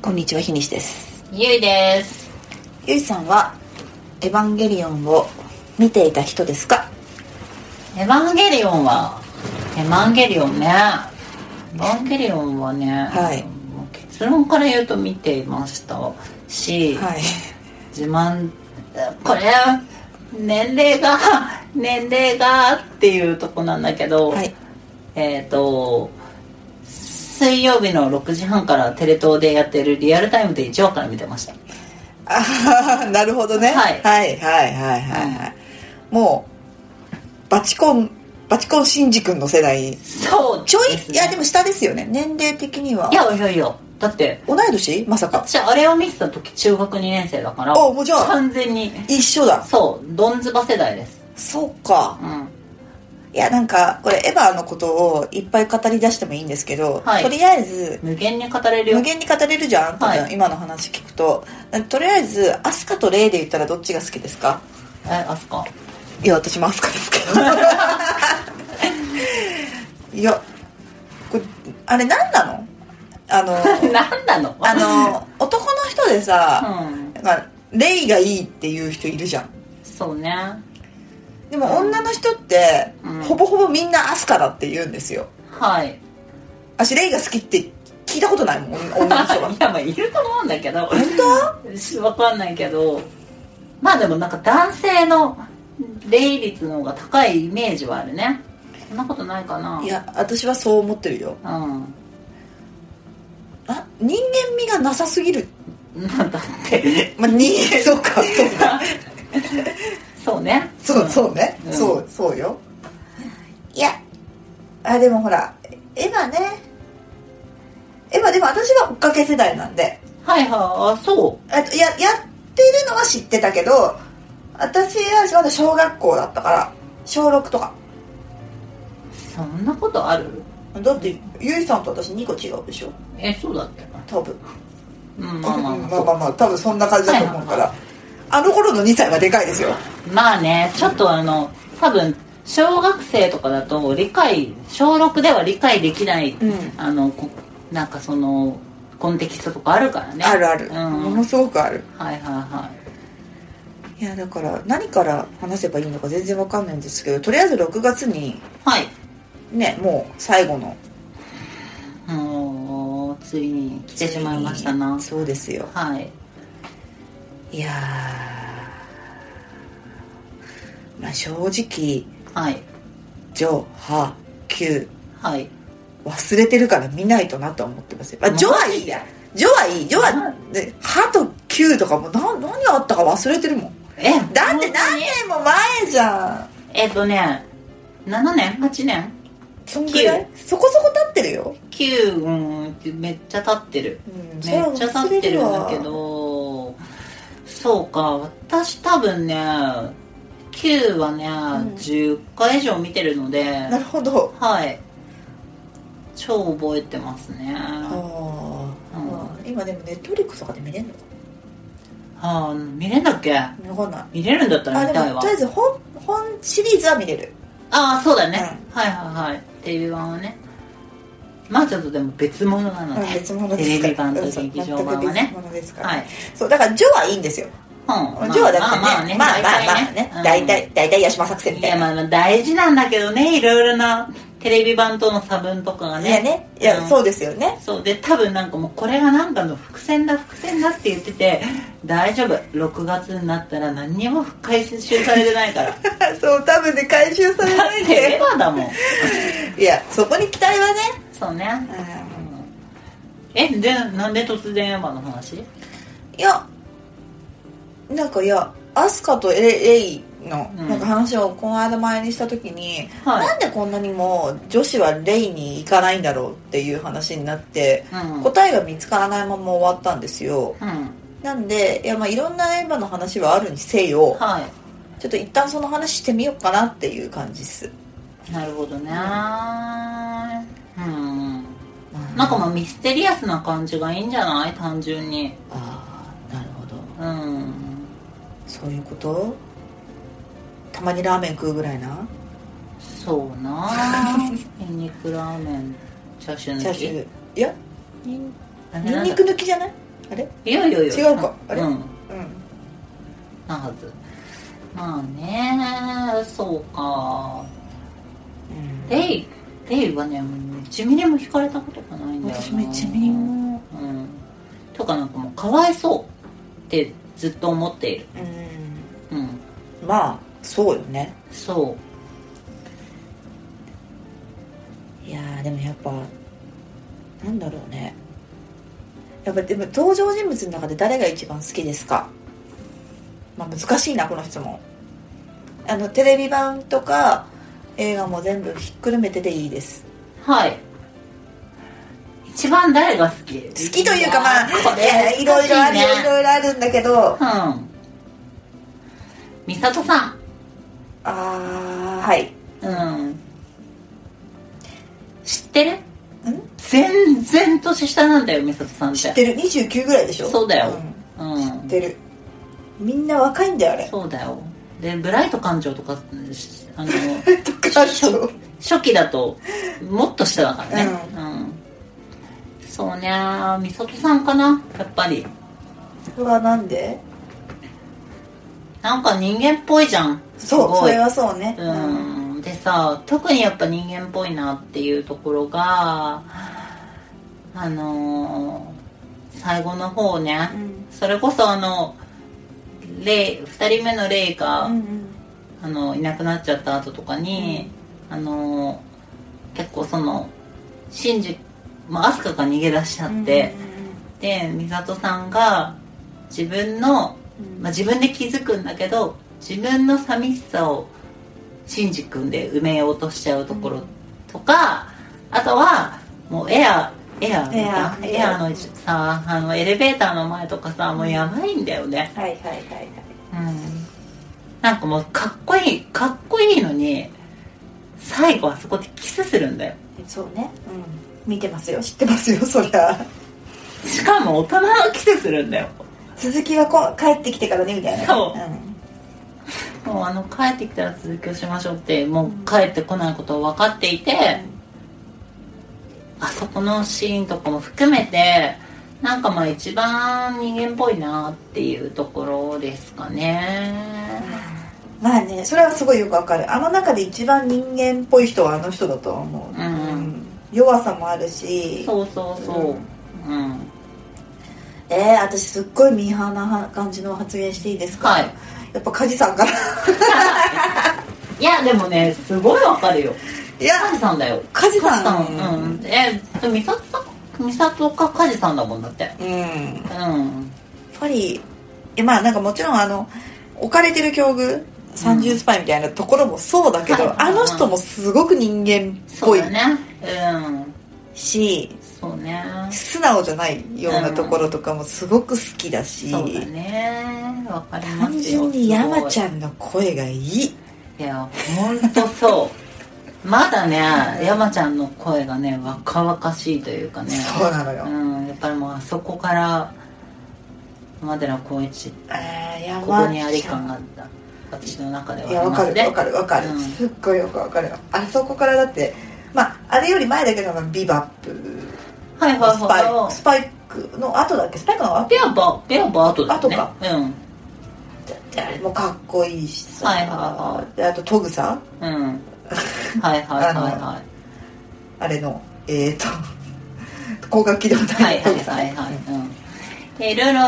こんにちは、ひにしです。ゆいですゆいさんは、エヴァンゲリオンを見ていた人ですかエヴァンゲリオンはエヴァンゲリオンねエヴァンゲリオンはね、はいもう結論から言うと見ていましたし、はい。自慢これ年齢が 年齢がっていうとこなんだけど、はい。えっ、と水曜日の6時半からテレ東でやってるリアルタイムで1話から見てましたあははなるほどね。はいはい、はい、はい、はいはい。もう、バチコン、バチコンシンジ君の世代。そうちょい、ですねいや、でも下ですよね。年齢的には。い、やいやいやだって同い年まさか。私あれを見てた時中学2年生だからおもうじゃあ完全に一緒だ。そうドンズバ世代ですそうか。うんいや、なんか、これ、エヴァのことをいっぱい語り出してもいいんですけど、はいとりあえず、無限に語れるよ無限に語れるじゃん、多分はい今の話聞くととりあえずアスカとレイで言ったらどっちが好きですかえあすかいや私もアスカですけど いやこれあれ何なのあ の 何なのあの男の人でさ、うんなんかレイがいいっていう人いるじゃんそうねでも女の人って、うんほぼほぼみんなアスカだって言うんですよはい私レイが好きって聞いたことないもん女の人が いやまあいると思うんだけど本当 わかんないけどまあでもなんか男性の霊率の方が高いイメージはあるねそんなことないかないや私はそう思ってるようんあ人間味がなさすぎるなん だってまあ、人間そうかそうかそうねそうそうね、うんそうそうよいやあでもほらエヴァねエヴァでも私は追っかけ世代なんではいはいあそあとややってるのは知ってたけど私はまだ小学校だったから小6とかうそんなことあるだってゆいさんと私2個違うでしょえそうだっけ多分うんままあまあ あまあままあ,、あまあ、多分そんな感じだと思うから、あの頃の2歳はでかいですよまあねちょっとあの多分小学生とかだと理解小6では理解できない、んあのこなんかそのコンテキストとかあるからねあるある、うん、ものはいすごくあるはいはいやだから何から話せばいいのか全然わかんないんですけどとりあえず6月にいはいねもう最後のもうついに来てしまいましたなそうですよはいいやーまあ正直はい上波級はい忘れてるから見ないとなとは思ってますよ、まあ、マジジョはいいやジョはいいジョはで歯と9とかもな何があったか忘れてるもんえだっ本当てに何年も前じゃんえっとね7年8年そんぐらいそこそこ経ってるよ、 9うんめっちゃ経ってるうんめっちゃ経ってるんだけそれは忘れるわどそうか私多分ね9はね、ん10回以上見てるのでなるほどはい超覚えてますねはああ、う今でもネットフリックスとかで見れるのかあ見れんだっけなわかんない見れるんだったらあ見でたいもわとりあえず本本シリーズは見れるああそうだね、はいはいはいテレビ版はねまあちょっとでも別物なので、うん別物でテすレビから版とうんそう劇場版全はく別ね物ですから、はい、そうだからジョはいいんですよ、うん、ジョはだってねまあねまあまあまあ大体ねうん大体大体八島作戦みいたやいなまあまあ大事なんだけどねいろいろなテレビ版との差分とかがいねやねいやうんそうですよね そうで多分なんかもうこれがなんかの伏線だ伏線だって言ってて大丈夫6月になったら何にも回収されてないからだそう多分ね回収されないっんてエでヴァだもんいやそこに期待はねそうね、うん、えでなんで突然エヴァの話いやなんかいやアスカとエレレイのうんなんか話をこの間前にした時に、はいなんでこんなにも女子はレイに行かないんだろうっていう話になって、うん答えが見つからないまま終わったんですようんなんでいやまあいろんなエヴァの話はあるにせよはちょっと一旦その話してみようかなっていう感じっす、いなるほどねうんなんかまあミステリアスな感じがいいんじゃない単純にああなるほどうんそういうことたまにラーメン食うぐらいなそうなあニンニクラーメンチャーシューチャ抜ーシュきーいやにんあれニなンんニだク抜きじゃないあれいやいやいや違うかあれうんうんなはずまあねそうかレイレイはね1ミリも惹かれたことがないんだよな私めっちゃミリもうんとかなんかもうかわいそうってずっと思っているうんうんまあそうよねそいやーでもやっぱなんだろうねやっぱでも登場人物の中で誰が一番好きですかまあ難しいなこの質問あのテレビ版とか映画も全部ひっくるめてでいいですうはい一番誰が好き好好きというかまあこいやれいろいろある難しいろいろあるんだけどねうん美里さんあーはいうん知ってる全然年下なんだよ美里さんって知ってる29ぐらいでしょそうだよんうん知ってるみんな若いんだよあれそうだよでブライト感情とかしあの 感情初初期だともっと下だからねうん、そうね美里さんかなやっぱりそれはなんでなんか人間っぽいじゃんすそうそごいれはそうねうんでさ特にやっぱ人間っぽいなっていうところがあのー最後の方ね、うんそれこそあのレイ2人目のレイが、うんうんあのいなくなっちゃった後とかに、あの結構そのシンジ、まあ、アスカが逃げ出しちゃって、で美里さんが自分の、うんまあ、自分で気づくんだけど自分の寂しさをシンジ君で埋めようとしちゃうところとか、あとはもうエアエアエアエアのさあのエレベーターの前とかさもうやばいんだよね、はいはいはいはいうんなんかもうかっこいいかっこいいのに最後あそこでキスするんだよそうねうん見てますよ知ってますよそりゃしかも大人のキスするんだよ鈴木がこ帰ってきてからねみたいなそうんもうあの帰ってきたら続きをしましょうってもう帰ってこないことを分かっていてあそこのシーンとかも含めてなんかまあ一番人間っぽいなっていうところですかねまあねそれはすごいよくわかるあの中で一番人間っぽい人はあの人だとは思う、うん弱さもあるしそうそうそううんえー、私すっごいミーハーな感じの発言していいですか、はいやっぱ梶さんかないやでもねすごいわかるよいやカジさんだよ梶さんさん、うん、え美里さん美里か梶さんだもんだってうんやっうんぱりえまあなんかもちろんあの置かれてる境遇30スパイみたいなところもそうだけど、はいあの人もすごく人間っそぽういだねうんし、そうね素直じゃないようなところとかもすごく好きだし、そうだねわかります単よ純に山ちんゃんの声がいいいや本当そうまだね山ちゃんの声がね若々しいというかねそうなのよ、うんやっぱりもうあそこから山寺宏一あーこ山ちゃんこにあり感があった私の中ではいやあわりまかするねわかるわかる、うんすっごいよくわかるあそこからだってまああれより前だけどあのビバップはいはいスパイはクいスパイクの後だっけスパイクの後ペアバペアバ後だよね後うんってあれもかっこいいしさ、はいはいはであとトグさうんはいはいはいはあれのえー、と 高学機動いは隊いのはトいグさん、はいはいうんでいろいろ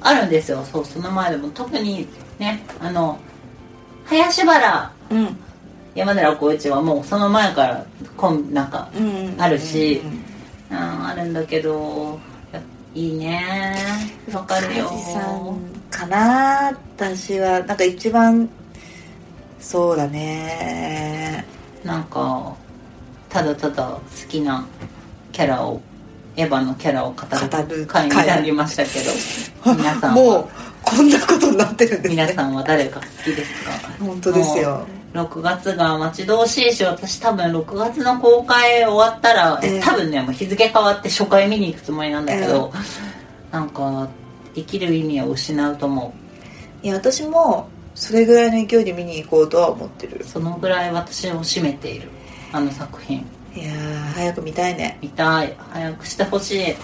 あるんですよそうその前でも特にねあの林原うん山寺宏一はもうその前からこんなんかうんうんあるしうんうんあるんだけどやいいねわかるよ梶さんかな私はなんか一番そうだねなんかただただ好きなキャラをエヴァのキャラを語語るる回になりましたけど皆 さんもうはこんなことになってるんです皆ねさんは誰が好きですか本当ですもよう6月が待ち遠しいし私多分6月の公開終わったら、ええ多分ねもう日付変わって初回見に行くつもりなんだけど、なんか生きる意味を失うと思いや私もそれぐらいの勢いで見に行こうとは思ってるうそのぐらい私を占めているあの作品いやー早く見たいね見たい早くしてほしい